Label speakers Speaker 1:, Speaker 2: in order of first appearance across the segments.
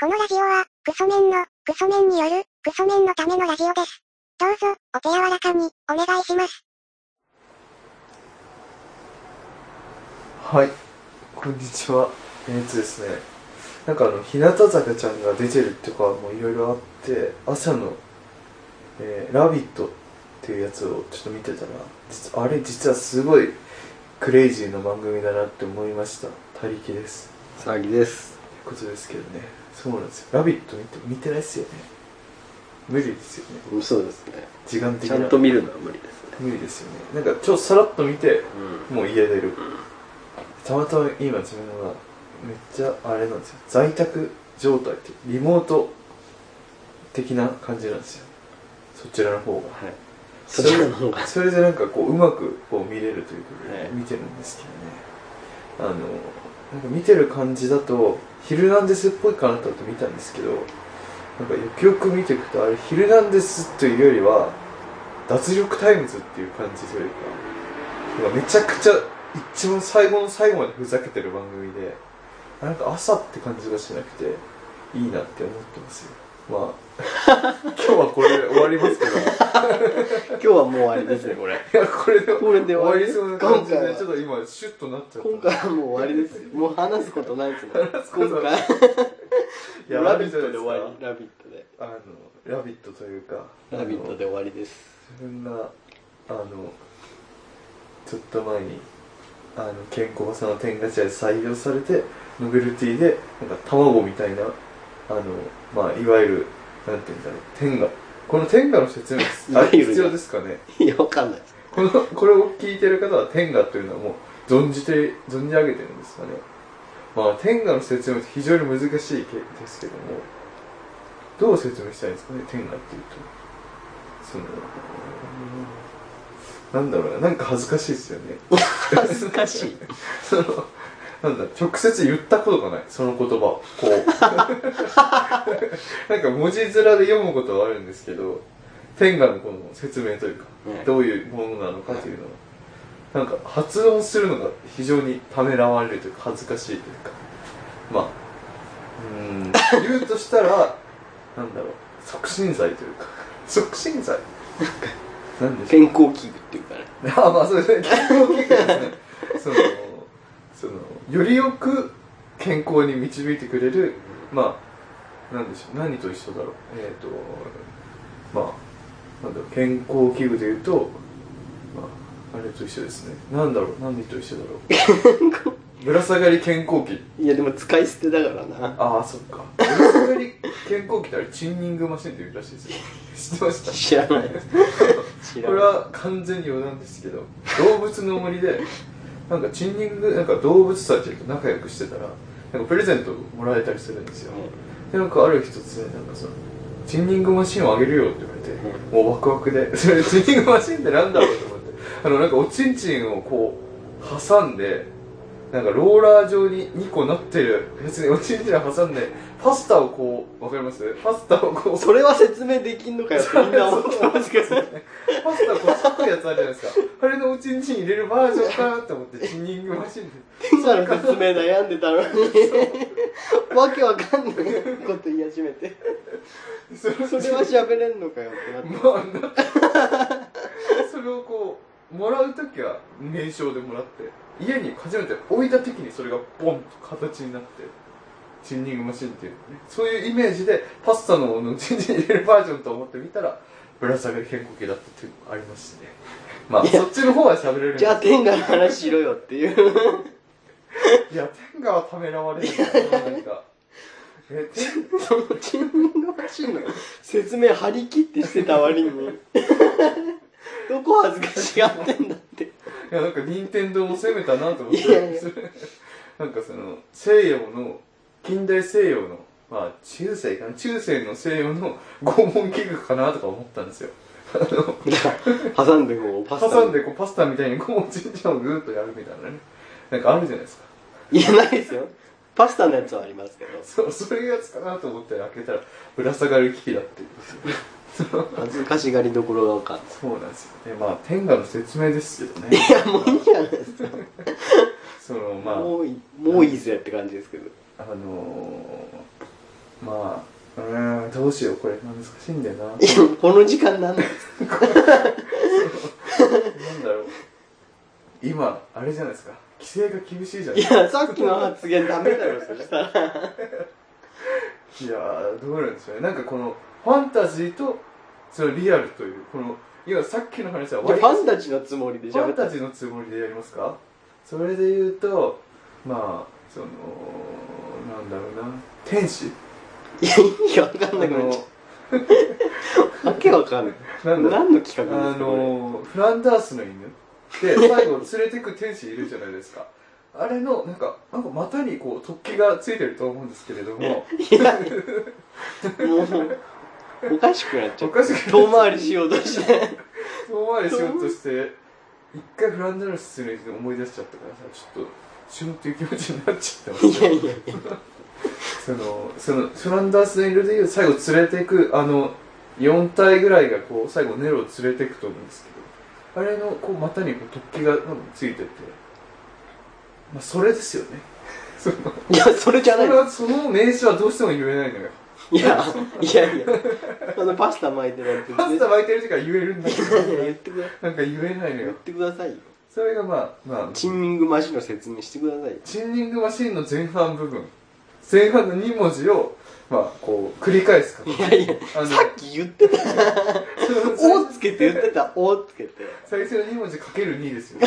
Speaker 1: このラジオは、クソメンの、クソメンによる、クソメンのためのラジオです。どうぞ、お手柔らかに、お願いします。
Speaker 2: はい、こんにちは。えっとですね、なんかあの、日向坂ちゃんが出てるとかもいろいろあって、朝の、えーラビットっていうやつをちょっと見てたら、実あれ実はすごいクレイジーな番組だなって思いました。他力です。
Speaker 3: 騒ぎです
Speaker 2: ということですけどね、そうなんですよ。ラビット見て見てないっすよね。無理ですよね。
Speaker 3: そうですね
Speaker 2: 時間的
Speaker 3: ち
Speaker 2: な
Speaker 3: ゃんと見るのは無理ですね
Speaker 2: 無理ですよね。なんか、ちょっとさらっと見て、
Speaker 3: うん
Speaker 2: もう家出るたまたま今自分がめっちゃあれなんですよ在宅状態ってリモート的な感じなんですよそちらの方が
Speaker 3: はいそちらの方が
Speaker 2: それでなんかこううまくこう見れるということ
Speaker 3: は
Speaker 2: で
Speaker 3: い
Speaker 2: 見てるんですけどね、あのなんか見てる感じだと「ヒルナンデス」っぽいかなと思って見たんですけどなんかよくよく見ていくとあれ「ヒルナンデス」というよりは「脱力タイムズ」っていう感じというかなんかめちゃくちゃ一番最後の最後までふざけてる番組でなんか朝って感じがしなくていいなって思ってますよまあ 今日はこれで終わりますけど
Speaker 3: 今日はもう終わりですねこれ
Speaker 2: いや、これで
Speaker 3: これで終わり
Speaker 2: 終そうな感じ
Speaker 3: 今回
Speaker 2: で、
Speaker 3: は
Speaker 2: ちょっと今、シュッとなっちゃった。
Speaker 3: 今回はもう終わりですよもう話すことないですね今
Speaker 2: すこと
Speaker 3: 回
Speaker 2: いや、
Speaker 3: ラ
Speaker 2: ラ
Speaker 3: ビ
Speaker 2: ビッ
Speaker 3: ッ
Speaker 2: トで
Speaker 3: トで
Speaker 2: 終
Speaker 3: 終
Speaker 2: わ
Speaker 3: わ
Speaker 2: り
Speaker 3: り。ラビットで
Speaker 2: あの、ラビットというか、
Speaker 3: ラビット
Speaker 2: あの
Speaker 3: で終わりです
Speaker 2: 自分が、あの、ちょっと前に、あの、ケンコバさんの天下茶屋で採用されて、ノベルティで、なんか卵みたいな、あの、まあ、いわゆる、なんて言うんだろう、天下。この天下の説明です、あれ
Speaker 3: いわゆる
Speaker 2: 必要ですかね
Speaker 3: いやわかんないです
Speaker 2: この、これを聞いてる方は天下というのはもう存じて、存じ上げてるんですかね。まあ、天下の説明って非常に難しいけですけども、どう説明したらいいんですかね、天下っていうと。その、なんだろうな、なんか恥ずかしいですよね。
Speaker 3: 恥ずかしい
Speaker 2: その、 なんだ、直接言ったことがない、その言葉を。こう。なんか文字面で読むことはあるんですけど、天下のこの説明というか、
Speaker 3: はい
Speaker 2: どういうものなのかというのは、なんか発音するのが非常にためらわれるというか、恥ずかしいというか、まあ、うーん、言うとしたら、なんだろう、促進剤というか、促進剤なんでしょう
Speaker 3: 健康器具っていうかね
Speaker 2: あまあそうですね健康器具ですねそのそのよりよく健康に導いてくれるまあなんでしょう何と一緒だろうえっ、とまあなんだろう健康器具でいうと、まあ、あれと一緒ですねなんだろう何と一緒だろうぶら下がり健康器
Speaker 3: いやでも使い捨てだからな
Speaker 2: ああそっかぶら下がり健康器ってあれチンニングマシンっていうらしいですよ知ってました
Speaker 3: 知ら ないです知ら
Speaker 2: これ
Speaker 3: ない
Speaker 2: は完全に余談ですけど動物の森でなんかチンニングなんか動物たちと仲良くしてたらなんかプレゼントもらえたりするんですよでなんかある日突然なんかそのチンニングマシンをあげるよって言われて、もうワクワクで それチンニングマシンってなんだろうと思ってあのなんかおちんちんをこう挟んでなんかローラー状に2個なってるやつにおちんちんを挟んでパスタをこうわかりますパスタをこう
Speaker 3: それは説明できんのかよってみんな思ってますけど
Speaker 2: パスタこう裂くやつあるじゃないですかあれのおちんちん入れるバージョンかなと思ってチンニングマシンで
Speaker 3: 今の説明悩んでたのにわけわかんないこと言い始めて
Speaker 2: それ
Speaker 3: それは喋れんのかよってなって
Speaker 2: まあなそれをこうもらう時は名称でもらって家に初めて置いた時にそれがボンと形になってチンニングマシンっていうねそういうイメージでパスタのものをチンチン入れるバージョンと思ってみたらぶら下がり健康系だったっていうのがありましてねまあそっちの方は喋れるんです
Speaker 3: じゃあ天下の話しろよっていう
Speaker 2: いや天下はためらわれるんだよななんかえ天
Speaker 3: そのチンニングマシンの説明張り切ってしてた割にどこ恥ずかしがってんだって
Speaker 2: いやなんか任天堂も攻めたなと思って
Speaker 3: いやいや
Speaker 2: なんかその西洋の近代西洋のまあ中世かな中世の西洋の拷問器具かなとか思ったんですよあの
Speaker 3: 挟んでこうパスタ
Speaker 2: 挟んでこうパスタみたいにこうちんちんをグーッとやるみたいなねなんかあるじゃないですか
Speaker 3: いやないですよパスタのやつはありますけど
Speaker 2: そうそういうやつかなと思って開けたらぶら下がる機器だって言うんですよ
Speaker 3: 恥ずかしがりどころがわかんない
Speaker 2: そうなんですよねまあ天下の説明ですけど
Speaker 3: い
Speaker 2: ね
Speaker 3: やもういいんじゃないですか
Speaker 2: そのまあ
Speaker 3: もういいもういいぜって感じですけど
Speaker 2: あのまあうーんどうしようこれ難しいんだよななんだ
Speaker 3: やこの時間なんだ
Speaker 2: ろう今あれじゃないですか規制が厳しいじゃない
Speaker 3: い
Speaker 2: ですか
Speaker 3: やさっきの発言ダメだよそしたら
Speaker 2: いやーどうなんでしょうねなんかこのファンタジーとそのリアルというこの今さっきの話は
Speaker 3: じゃあ
Speaker 2: 割
Speaker 3: フ
Speaker 2: と
Speaker 3: ァンたちのつもりで
Speaker 2: ファ
Speaker 3: 喋
Speaker 2: ン
Speaker 3: った
Speaker 2: タジーのつもりでやりますかそれで言うとまあそのなんだろうな天使
Speaker 3: いや意味が分か
Speaker 2: あ
Speaker 3: んなくなっちゃ
Speaker 2: の
Speaker 3: うわけわかんない
Speaker 2: なんだろう
Speaker 3: 何の企画なん
Speaker 2: あ
Speaker 3: ですかこれ
Speaker 2: のフランダースの犬 で最後連れてく天使いるじゃないですかあれのなんかなんか股にこう突起がついてると思うんですけれども
Speaker 3: いやもうおかしくなっちゃ
Speaker 2: お
Speaker 3: う
Speaker 2: かしく
Speaker 3: 遠回りしようとして
Speaker 2: 遠回りしようとして一回フランダースの犬思い出しちゃったからさちょっと死ぬっていう気持ちになっちゃってま
Speaker 3: い
Speaker 2: す
Speaker 3: やいやいや
Speaker 2: そのそのフランダースの犬でいう最後連れていくあの4体ぐらいがこう最後ネロを連れていくと思うんですけどあれのこう股にこう突起が多分ついてて、まあ、それですよねその
Speaker 3: いやそれじゃ
Speaker 2: そ
Speaker 3: ない
Speaker 2: れはその名詞はどうしても言えないのよ
Speaker 3: いやいやいやあのパスタ巻いてるやつ
Speaker 2: パスタ巻いてる時は言えるんだけど
Speaker 3: いや言ってくだ
Speaker 2: なんか言えないの
Speaker 3: 言っ
Speaker 2: よ
Speaker 3: てくださいよ
Speaker 2: それがまあまあ
Speaker 3: チンニングマシンの説明してくださいよ
Speaker 2: チンニングマシンの前半部分前半の2文字をまあこう繰り返すか
Speaker 3: いやいや
Speaker 2: あの
Speaker 3: さっき言ってた「お」つけて言ってた「お」つけて
Speaker 2: 最初の2文字かける2ですよ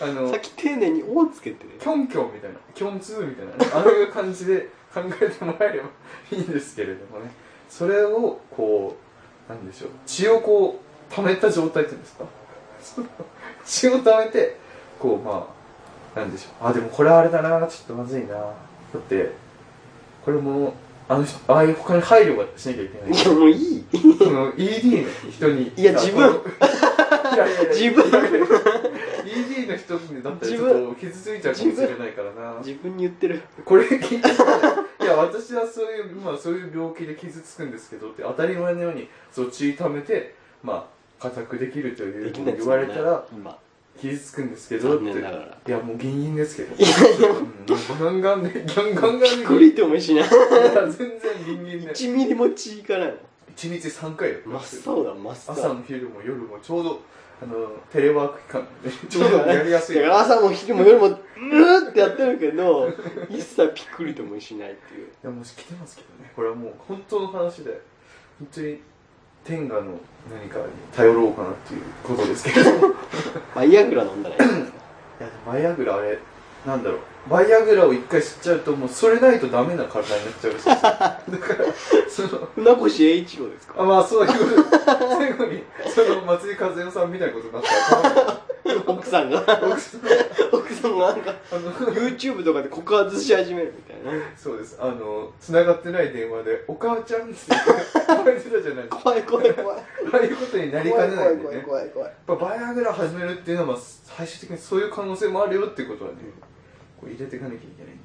Speaker 2: あの
Speaker 3: さっき丁寧に「お」つけて
Speaker 2: キョンキョンみたいなキョンツーみたいなねああいう感じで考えてもらえればいいんですけれどもねそれをこうなんでしょう血をこう溜めた状態っていうんです かその血を溜めてこうまあなんでしょうあでもこれあれだなちょっとまずいなだってこれもあの人ああいう他に配慮がしなきゃいけない
Speaker 3: いやもういい
Speaker 2: その ED の人に
Speaker 3: いや自分
Speaker 2: いやいやいや
Speaker 3: 自分
Speaker 2: ED の人にだったらち
Speaker 3: 自
Speaker 2: ょっ
Speaker 3: 分
Speaker 2: と傷ついちゃうかもしれないからな
Speaker 3: 自分に言ってる
Speaker 2: これ聞いていや私はそういうまあそういう病気で傷つくんですけどって当たり前のようにそう血ためてまあ固くできるとい
Speaker 3: で
Speaker 2: う
Speaker 3: き
Speaker 2: ふう
Speaker 3: ない
Speaker 2: に言われたら
Speaker 3: 今
Speaker 2: 傷つくんですけどって
Speaker 3: 残念ながら
Speaker 2: いやもう原因ですけど
Speaker 3: いやいや
Speaker 2: うんガンガンでガンガンガンで
Speaker 3: びっくりともしない
Speaker 2: いや全然ギンギンで
Speaker 3: 1ミリも血いかない
Speaker 2: 一日3回やって
Speaker 3: もん
Speaker 2: ます
Speaker 3: 真っ青だ真っ
Speaker 2: 朝
Speaker 3: 青
Speaker 2: も昼も夜もちょうどあのテレワーク期間なんで ちょうどやりやすい
Speaker 3: だから朝も昼も夜もうーってやってるけど一切びっくりともしないっていう
Speaker 2: いやもし来てますけどねこれはもう本当の話で本当に天下の何かに頼ろうかなっていうことですけどい やでも
Speaker 3: バイアグラ飲んだらいいんですか
Speaker 2: バイアグラあれなんだろうバイアグラを一回知っちゃうともうそれないとダメな体になっちゃうらし いですよだからその
Speaker 3: 船越英一郎です
Speaker 2: あ
Speaker 3: か
Speaker 2: まあそういう最後にその松井和代さんみたいなことになったら
Speaker 3: 奥さんが
Speaker 2: 奥さん
Speaker 3: 奥さんがなんか
Speaker 2: あの
Speaker 3: YouTube とかで告発し始めるみたいな
Speaker 2: そうですあの繋がってない電話で「お母ちゃん」って言われてたじゃないですか
Speaker 3: 怖い怖い怖い
Speaker 2: ああいうことになりかねないんでね
Speaker 3: 怖い怖い
Speaker 2: やっぱバイアグラ始めるっていうのは、まあ、最終的にそういう可能性もあるよっていうことはね、こう入れていかなきゃいけないん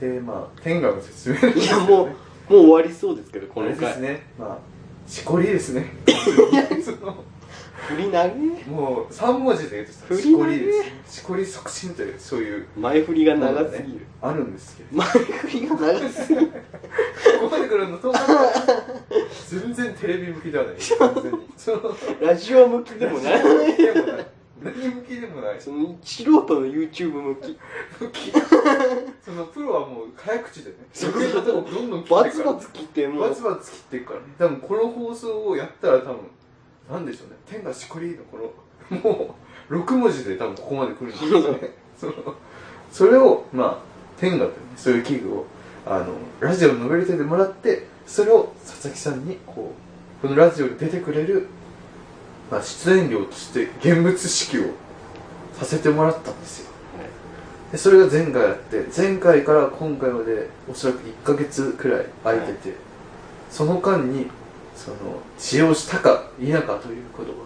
Speaker 2: でねでまあ天下の説明なんで
Speaker 3: い
Speaker 2: すけど
Speaker 3: や
Speaker 2: ね
Speaker 3: もうもう終わりそうですけどこ
Speaker 2: これ
Speaker 3: の
Speaker 2: です
Speaker 3: 回
Speaker 2: ねまあしこりですねその
Speaker 3: 振り投げ
Speaker 2: もう3文字で言うと
Speaker 3: 振り
Speaker 2: しこ
Speaker 3: だね
Speaker 2: りですしこり促進というそういう
Speaker 3: 前振りが長すぎる
Speaker 2: あるんですけど
Speaker 3: 前振りが長すぎる
Speaker 2: ここまで来るのと全然テレビ向きで はない完全にその
Speaker 3: ラジオ向きでもない
Speaker 2: 何向きでもない何向きでもない
Speaker 3: その素人の YouTube 向き
Speaker 2: そのプロはもう早口でね
Speaker 3: そう
Speaker 2: 余計なとこどんどん切っ
Speaker 3: バ
Speaker 2: て
Speaker 3: ツ
Speaker 2: から
Speaker 3: バツ切っても
Speaker 2: バ
Speaker 3: う
Speaker 2: ツバツ切っていくからね多分この放送をやったら多分なんでしょうね天がしこりのこのもう6文字で多分ここまで来るんですよねそのそれをまあ天がというねそういう器具をあのラジオのノベルテでもらってそれを佐々木さんにこうこのラジオに出てくれる、まあ、出演料として現物支給をさせてもらったんですよでそれが前回あって前回から今回までおそらく1ヶ月くらい空いてて、その間にその使用したか否かということをね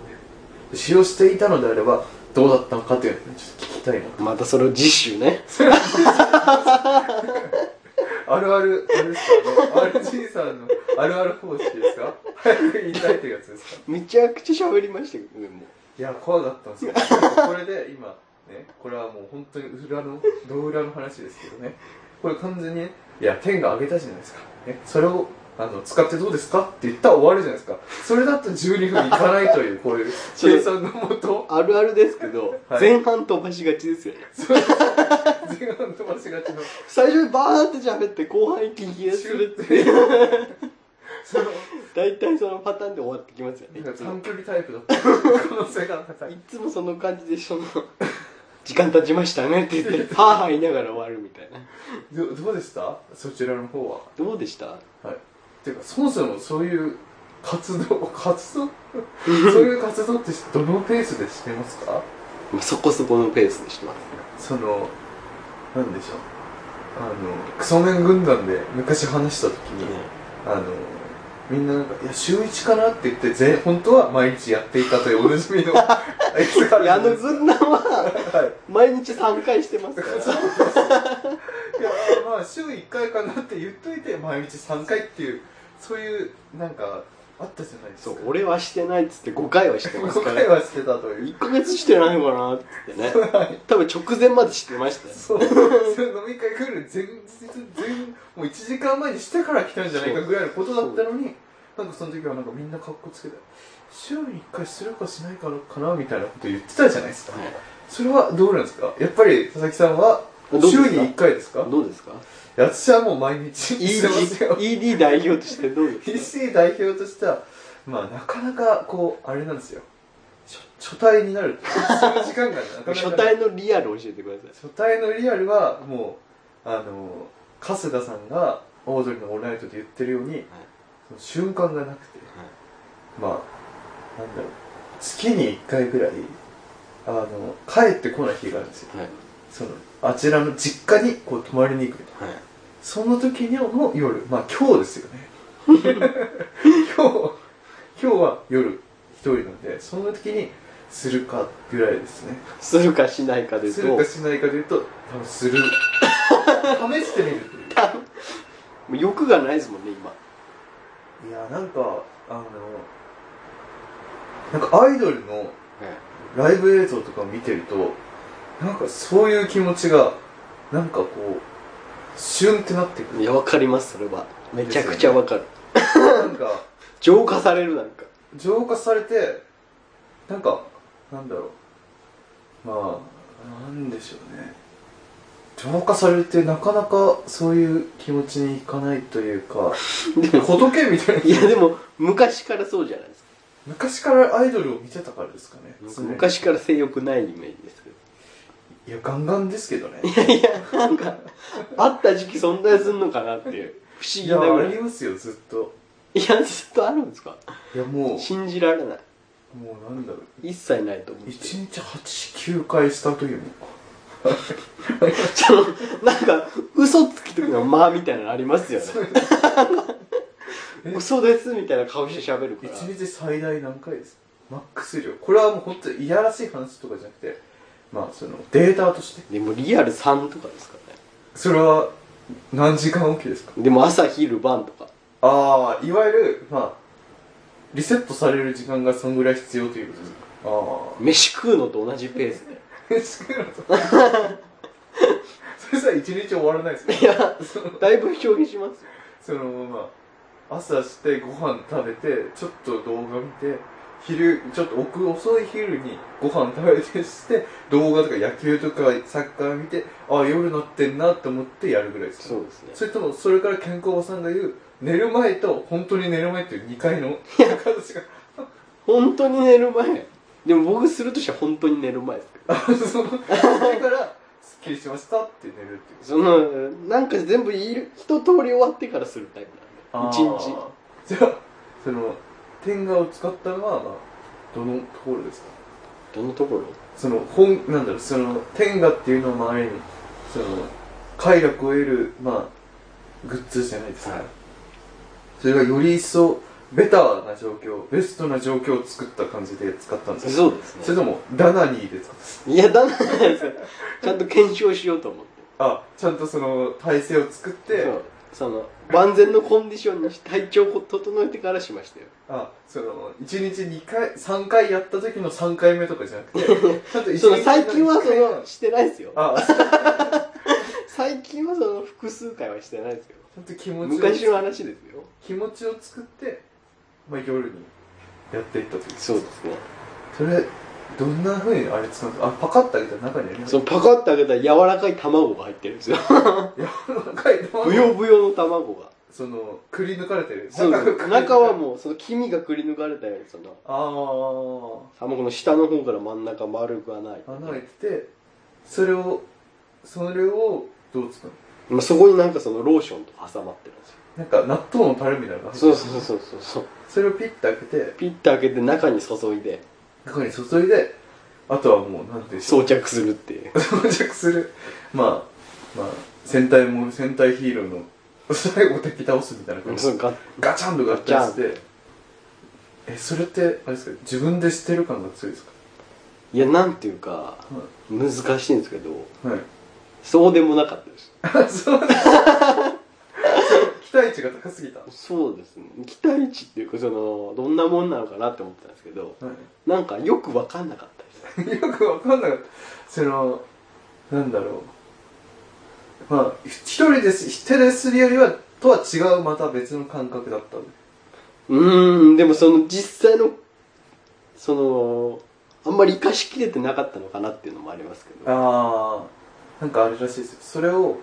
Speaker 2: 使用していたのであればどうだったのかというのをねちょっと聞きたいなと
Speaker 3: またそれを次週ね
Speaker 2: あるあるあれですかあの RG さんのあるある方式ですか早く言いたいというやつですか
Speaker 3: めちゃくちゃ喋りましたけどねも
Speaker 2: いや怖かったんですよこれで今ねこれはもう本当に裏の裏の話ですけどねこれ完全にねいや天が上げたじゃないですかね、それをあの使ってどうですかって言ったら終わるじゃないですかそれだと12分いかないというこ ういう計算のもと
Speaker 3: あるあるですけど、
Speaker 2: はい
Speaker 3: 前半飛ばしがちですよね
Speaker 2: 前半飛ばしがちの
Speaker 3: 最初にバーって喋って後半一気に消するっていう
Speaker 2: その
Speaker 3: 大体そのパターンで終わってきますよねい
Speaker 2: なんか
Speaker 3: つも
Speaker 2: 短距離タイプだった可能性が高
Speaker 3: い
Speaker 2: い
Speaker 3: つもその感じでその時間経ちましたねって言ってはーはー言いながら終わるみたいな
Speaker 2: どどうでしたそちらの方は
Speaker 3: どうでした
Speaker 2: はいていうかそもそもそういう活動活 動そういう活動ってどのペースでしてますか
Speaker 3: まあそこそこのペースでしてます
Speaker 2: そのなんでしょうあのクソメン軍団で昔話した時に、あのみんななんか「いや週1かな?」って言ってぜ本当は毎日やっていたというおなじみ のあいつがあ
Speaker 3: い
Speaker 2: る
Speaker 3: やあの
Speaker 2: ず
Speaker 3: 軍団は
Speaker 2: はい
Speaker 3: 毎日3回してますから
Speaker 2: いやまあ週1回かなって言っといて毎日3回っていうそういうなんかあったじゃないです
Speaker 3: そ
Speaker 2: か
Speaker 3: う俺はしてないっつって5回はしてます
Speaker 2: 5
Speaker 3: か
Speaker 2: 回
Speaker 3: ら
Speaker 2: はしてたという
Speaker 3: 1ヶ月してないかなっつってね多分直前までしてましたよ
Speaker 2: そうそれ飲み会来る前日前もう1時間前にしてから来たんじゃないかぐらいのことだったのになんかその時はなんかみんな格好つけて週に1回するかしないかなかなみたいなこと言ってたじゃないですか、
Speaker 3: はい
Speaker 2: それはどうなんですかやっぱり佐々木さんは
Speaker 3: どうですか
Speaker 2: 週に1回ですか
Speaker 3: どうですか
Speaker 2: やつしはもう毎日してますよ
Speaker 3: ED 代表としてどうです
Speaker 2: PC 代表としてはまあなかなかこうあれなんですよ初初対になるその時 間がなか
Speaker 3: か
Speaker 2: なかない
Speaker 3: 初対のリアル教えてください
Speaker 2: 初対のリアルはもうあの春日さんがオードリーの「オールナイト」で言ってるように、その瞬間がなくて、まあなんだろう月に1回ぐらいあの帰ってこない日があるんですよ
Speaker 3: はい
Speaker 2: そのあちらの実家にこう泊まりに行くみたいな
Speaker 3: はい
Speaker 2: その時の夜まあ今日ですよ ね今日今日は夜一人なんでその時にするかぐらいですね
Speaker 3: するかしないかですす
Speaker 2: る
Speaker 3: と
Speaker 2: かしないかでいうと多分する試してみるとい
Speaker 3: もう欲がないですもんね今
Speaker 2: ういやなんかあのなんかアイドルのライブ映像とかを見てるとなんかそういう気持ちがなんかこうシュンってなってく
Speaker 3: い
Speaker 2: る
Speaker 3: やわかりますそれはめちゃくちゃわかる
Speaker 2: なんか
Speaker 3: 浄化されるなんか
Speaker 2: 浄化されてなんかなんだろうまあなんでしょうね浄化されてなかなかそういう気持ちにいかないというか 仏みたいない
Speaker 3: やでも昔からそうじゃないですか
Speaker 2: 昔からアイドルを見てたからですかね
Speaker 3: 僕昔から性欲ないイメージです
Speaker 2: いやガンガンですけどね
Speaker 3: いやなんかあった時期存在すんのかなっていう不思
Speaker 2: い
Speaker 3: 議な
Speaker 2: や
Speaker 3: ぐ
Speaker 2: あ
Speaker 3: らいい
Speaker 2: りますよずっと
Speaker 3: やずっとあるんですか
Speaker 2: いやも
Speaker 3: 信じられないう
Speaker 2: もうなんだろう
Speaker 3: 一切ないと思う
Speaker 2: 1日89回したというのか
Speaker 3: そのなんか嘘つき時の間みたいなのありますよね
Speaker 2: え
Speaker 3: 嘘ですみたいな顔して喋るから
Speaker 2: 1日最大何回ですマックス量これはもう本当にいやらしい話とかじゃなくてまあそのデータとして
Speaker 3: でもリアル3とかですかね
Speaker 2: それは何時間おきですか
Speaker 3: でも朝昼晩とか
Speaker 2: ああいわゆるまあリセットされる時間がそんぐらい必要ということですかああ
Speaker 3: 飯食うのと同じペースで
Speaker 2: 飯 食うのとそれさ一日終わらないですね
Speaker 3: いやだいぶ表現しますよ
Speaker 2: そのまま朝してご飯食べてちょっと動画見て昼ちょっと奥遅い昼にご飯食べてして動画とか野球とかサッカー見てああ夜なってんなって思ってやるぐらいですか
Speaker 3: そうですね
Speaker 2: それともそれから健康おばさんが言う寝る前と本当に寝る前っていう2回の 形が
Speaker 3: 本当に寝る前でも僕するとしたら本当に寝る前ですけど
Speaker 2: あそのそれからすっきりしましたって寝るっていう
Speaker 3: そのなんか全部いる一通り終わってからするタイプなんで一日
Speaker 2: じゃあその天下を使ったのは、まあ、どのところですか
Speaker 3: どのところ
Speaker 2: その本なんだろうその天下っていうのもある意味その快楽を得るまあグッズじゃないですか、
Speaker 3: はい
Speaker 2: それがより一層ベターな状況ベストな状況を作った感じで使ったんですか
Speaker 3: そうですね
Speaker 2: それともダナニーで使ったんですか
Speaker 3: いやだめなんですよちゃんと検証しようと思って
Speaker 2: あちゃんとその体勢を作って
Speaker 3: そうその万全のコンディションにし体調を整えてからしましたよ
Speaker 2: あその1日2回3回やった時の3回 目とかじゃなくてちゃんと一日
Speaker 3: その最近はそ
Speaker 2: 一回目
Speaker 3: のしてないですよ
Speaker 2: あ
Speaker 3: 最近はその複数回はしてないですよ
Speaker 2: ほんと気持ちを
Speaker 3: 昔の話ですよ
Speaker 2: 気持ちを作って、まあ、夜にやっていったという
Speaker 3: そうですね
Speaker 2: それどんなふうにあれ使うんですかあパカッと開けたら中にあり ます
Speaker 3: そのパカッと開けたら柔らかい卵が入ってるんですよ
Speaker 2: 柔らかいの
Speaker 3: ぶよぶよの卵が
Speaker 2: そのくり抜かれてる
Speaker 3: そう
Speaker 2: がくり抜かれてる
Speaker 3: 中はもうその黄身がくり抜かれたようにその
Speaker 2: あ
Speaker 3: 卵の下の方から真ん中丸く穴開いて
Speaker 2: あ穴開いててそれをそれをどう使うの
Speaker 3: まあ、そこになんかそのローションとか挟まってるんですよ
Speaker 2: なんか納豆のタレみたいなのが入って
Speaker 3: そ
Speaker 2: る
Speaker 3: うそうそうそうそう
Speaker 2: それをピッと開けて
Speaker 3: ピッと開けて中に注いで
Speaker 2: 中に注いであとはもうなんていうんでしょう
Speaker 3: 装着するっていう
Speaker 2: 装着するまあまあ戦隊も戦隊ヒーローの最後敵倒すみたいな感じ
Speaker 3: そうか
Speaker 2: ガチャンと合体してえそれってあれですか自分で捨てる感が強いですか
Speaker 3: いやなんていうか
Speaker 2: は
Speaker 3: 難しいんですけど
Speaker 2: い、
Speaker 3: そうでもなかったです
Speaker 2: はい、 そうなんです期待値が高すぎた、は
Speaker 3: そうですね期待値っていうかそのどんなもんなのかなって思ってたんですけどなんかよく分かんなかったです
Speaker 2: い、 よくわかんなかったそのなんだろうまあ一人です一人でするよりはとは違うまた別の感覚だった
Speaker 3: うーんでもその実際のそのあんまり生かしきれてなかったのかなっていうのもありますけど
Speaker 2: ああなんかあれらしいですよそれを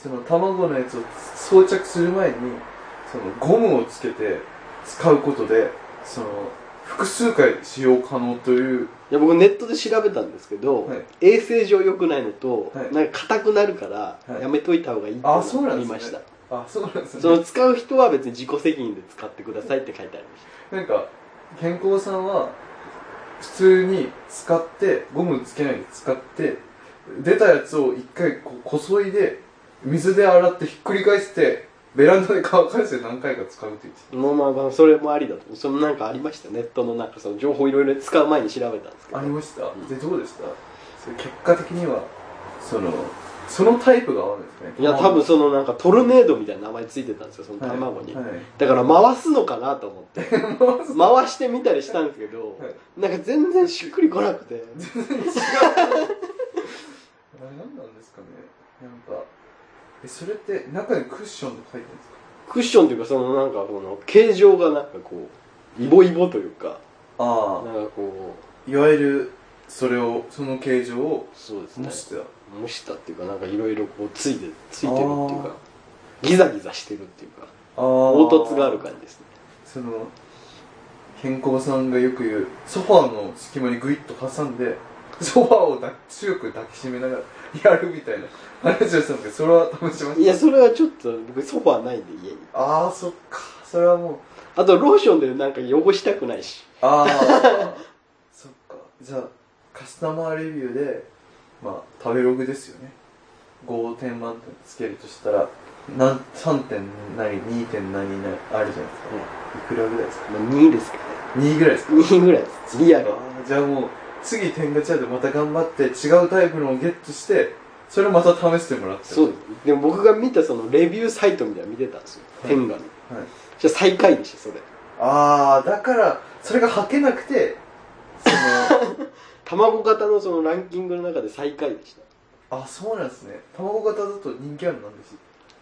Speaker 2: その卵のやつを装着する前にそのゴムをつけて使うことでその複数回使用可能という
Speaker 3: いや僕ネットで調べたんですけど、
Speaker 2: はい
Speaker 3: 衛生上良くないのと、
Speaker 2: はい
Speaker 3: なんか硬くなるから
Speaker 2: はい
Speaker 3: やめといた方がいいって
Speaker 2: あそう
Speaker 3: の
Speaker 2: な
Speaker 3: があ
Speaker 2: んで
Speaker 3: り
Speaker 2: すね
Speaker 3: ました、
Speaker 2: あそうなんです
Speaker 3: そ
Speaker 2: ね
Speaker 3: の使う人は別に自己責任で使ってくださいって書いてありまし
Speaker 2: なんか健康さんは普通に使ってゴムつけないで使って出たやつを一回こうこそいで水で洗ってひっくり返してベランダで乾かして何回か使うって言って
Speaker 3: たまあまあまあそれもありだとそのなんかありましたネットのなんかその情報いろいろ使う前に調べたんですけど
Speaker 2: ありました、
Speaker 3: ん
Speaker 2: でどうでしたそれ結果的にはそのそのタイプが合うんですね
Speaker 3: いや多分そのなんかトルネードみたいな名前ついてたんですよその
Speaker 2: はい
Speaker 3: 卵に、
Speaker 2: はい
Speaker 3: だから回すのかなと思って
Speaker 2: 回す
Speaker 3: 回してみたりしたんですけど、
Speaker 2: はい
Speaker 3: なんか全然しっくりこなくて
Speaker 2: あれ何なんですかねなんかえそれって中にクッションと書いてるんですか
Speaker 3: クッションというかそのなんかこの形状がなんかこうイボイボというかな
Speaker 2: あ
Speaker 3: んかこ
Speaker 2: いわゆるそれをその形状を
Speaker 3: うそうですね
Speaker 2: 模してた
Speaker 3: 蒸したっていうかなんかいろいろこうついてついてるっていう
Speaker 2: あー
Speaker 3: かギザギザしてるっていうか凹
Speaker 2: 凹
Speaker 3: 凸がある感じですね
Speaker 2: その健康さんがよく言うソファーの隙間にグイッと挟んでソファーを抱き強く抱きしめながらやるみたいな話をしたんですけどそれは試しました
Speaker 3: いやそれはちょっと僕ソファーないんで家に
Speaker 2: ああそっかそれはもう
Speaker 3: あとローションでなんか汚したくないし
Speaker 2: ああ そっかじゃあカスタマーレビューでまあ食べログですよね5点満点つけるとしたらなん3点何2点何何あるじゃないですか、いくらぐらいですか
Speaker 3: まあ2ですかね
Speaker 2: 2ぐらいですか
Speaker 3: 2ぐらいですリアル
Speaker 2: あーじゃあもう次点がちゃうでまた頑張って違うタイプのをゲットしてそれをまた試してもらって
Speaker 3: そうですでも僕が見たそのレビューサイトみたいなの見てたんですよ
Speaker 2: はい
Speaker 3: 天下の
Speaker 2: はい
Speaker 3: じゃあ最下位でしたそれ
Speaker 2: ああだからそれがはけなくてそ の
Speaker 3: 卵型のそのランキングの中で最下位でした
Speaker 2: あそうなんですね卵型だと人気あるのなんです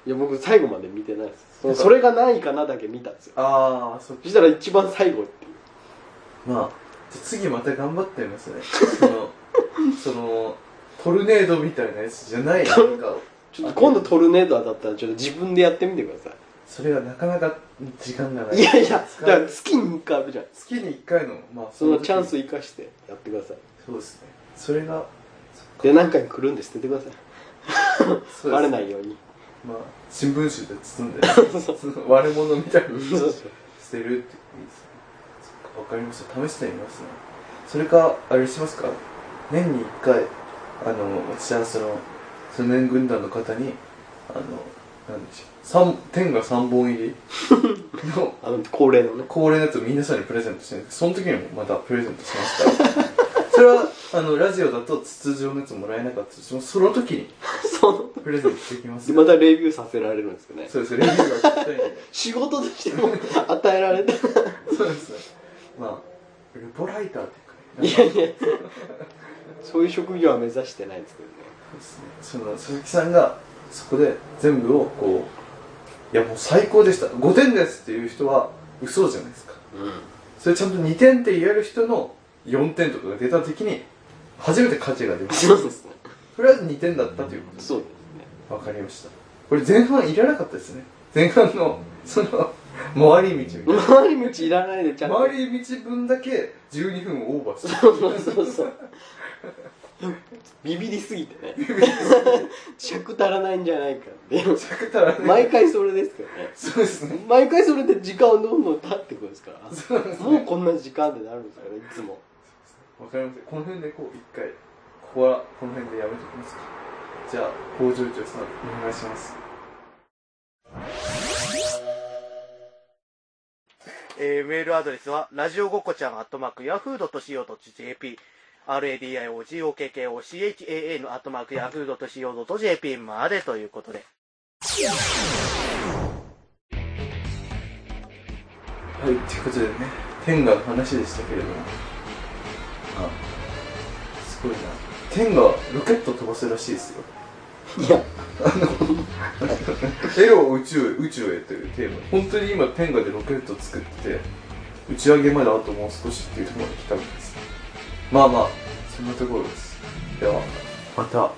Speaker 3: いや僕最後まで見てない ですそのそれが何位かなだけ見たんですよ
Speaker 2: ああそっ
Speaker 3: そしたら一番最後っていう
Speaker 2: まあ、じゃあ次また頑張ってみますね。そ の、その、トルネードみたいなやつじゃないなんかを
Speaker 3: ちょっと今度トルネード当たったらちょっと自分でやってみてくださ
Speaker 2: それがなかなか時間がないい。
Speaker 3: いやいやだ
Speaker 2: 使
Speaker 3: か
Speaker 2: う
Speaker 3: ら月に1回あるじゃん
Speaker 2: 月に1回の、まあ、
Speaker 3: その
Speaker 2: 時に
Speaker 3: チャンス。生かしてやってください
Speaker 2: そうですね。それが、
Speaker 3: で何回来るんで捨ててください
Speaker 2: そう
Speaker 3: バ
Speaker 2: ですね
Speaker 3: レないように
Speaker 2: まあ、新聞紙で包んで、
Speaker 3: そうそう
Speaker 2: そ の割れ物みたいに
Speaker 3: そうそう
Speaker 2: 捨てるっていいですね。そっか、わかりました。試してみますね。それか、あれしますか年に1回、あの、私はその、その年軍団の方に、あの、なんでしょう三、天が3本入りの
Speaker 3: あの恒例のね
Speaker 2: 恒例のやつを皆さんにプレゼントしてるんですその時にもまたプレゼントしましたそれは、あの、ラジオだと筒状のやつもらえなかったとしても、その時に
Speaker 3: そう
Speaker 2: プレゼントできます
Speaker 3: で
Speaker 2: よ
Speaker 3: またレビューさせられるんですよね
Speaker 2: そうです、レビューが来たいんで。
Speaker 3: 仕事としても与えられた
Speaker 2: そうですね。まあ、ルポライターっていうかね
Speaker 3: いやいやそういう職業は目指してないんですけどね
Speaker 2: そうですねその鈴木さんがそこで全部をこういやもう最高でした5点ですっていう人は嘘じゃないですかそれちゃんと2点って言える人の4点とかが出た時に初めて価値が出ました
Speaker 3: そうですね
Speaker 2: とりあえず2点だったということです
Speaker 3: そうで
Speaker 2: わかりましたこれ前半いらなかったですね前半のその回り道みたい
Speaker 3: すね 回り道いらないでちゃん
Speaker 2: な
Speaker 3: と
Speaker 2: 回り道分だけ12分オーバーした
Speaker 3: そうそうそうそうビビりすぎてね 尺足らないんじゃないかっていう
Speaker 2: 尺足らね
Speaker 3: 毎回それですから
Speaker 2: そうですね
Speaker 3: ね毎回それで時間をどんどん経ってくるんですから
Speaker 2: そうなんですね
Speaker 3: もうこんな時間ってなるんですよねいつも
Speaker 2: わかりましたこの辺でこう一回ここはこの辺でやめときますかじゃあ工場長さんお願いします
Speaker 4: えーメールアドレスは、ラジオごこちゃん、アットマーク、ヤフードとしようと JP、radiogokkoCHAA のアットマーク、ヤフードとしようと JP までということで。
Speaker 2: はいということでね天下の話でしたけれどもあすごいな天下ロケット飛ばすらしいですよ
Speaker 3: いや
Speaker 2: エロを宇宙へ宇宙へというテーマ本当に今天下でロケット作って打ち上げまであともう少しっていうところまで来たんですまあまあそんなところですではまた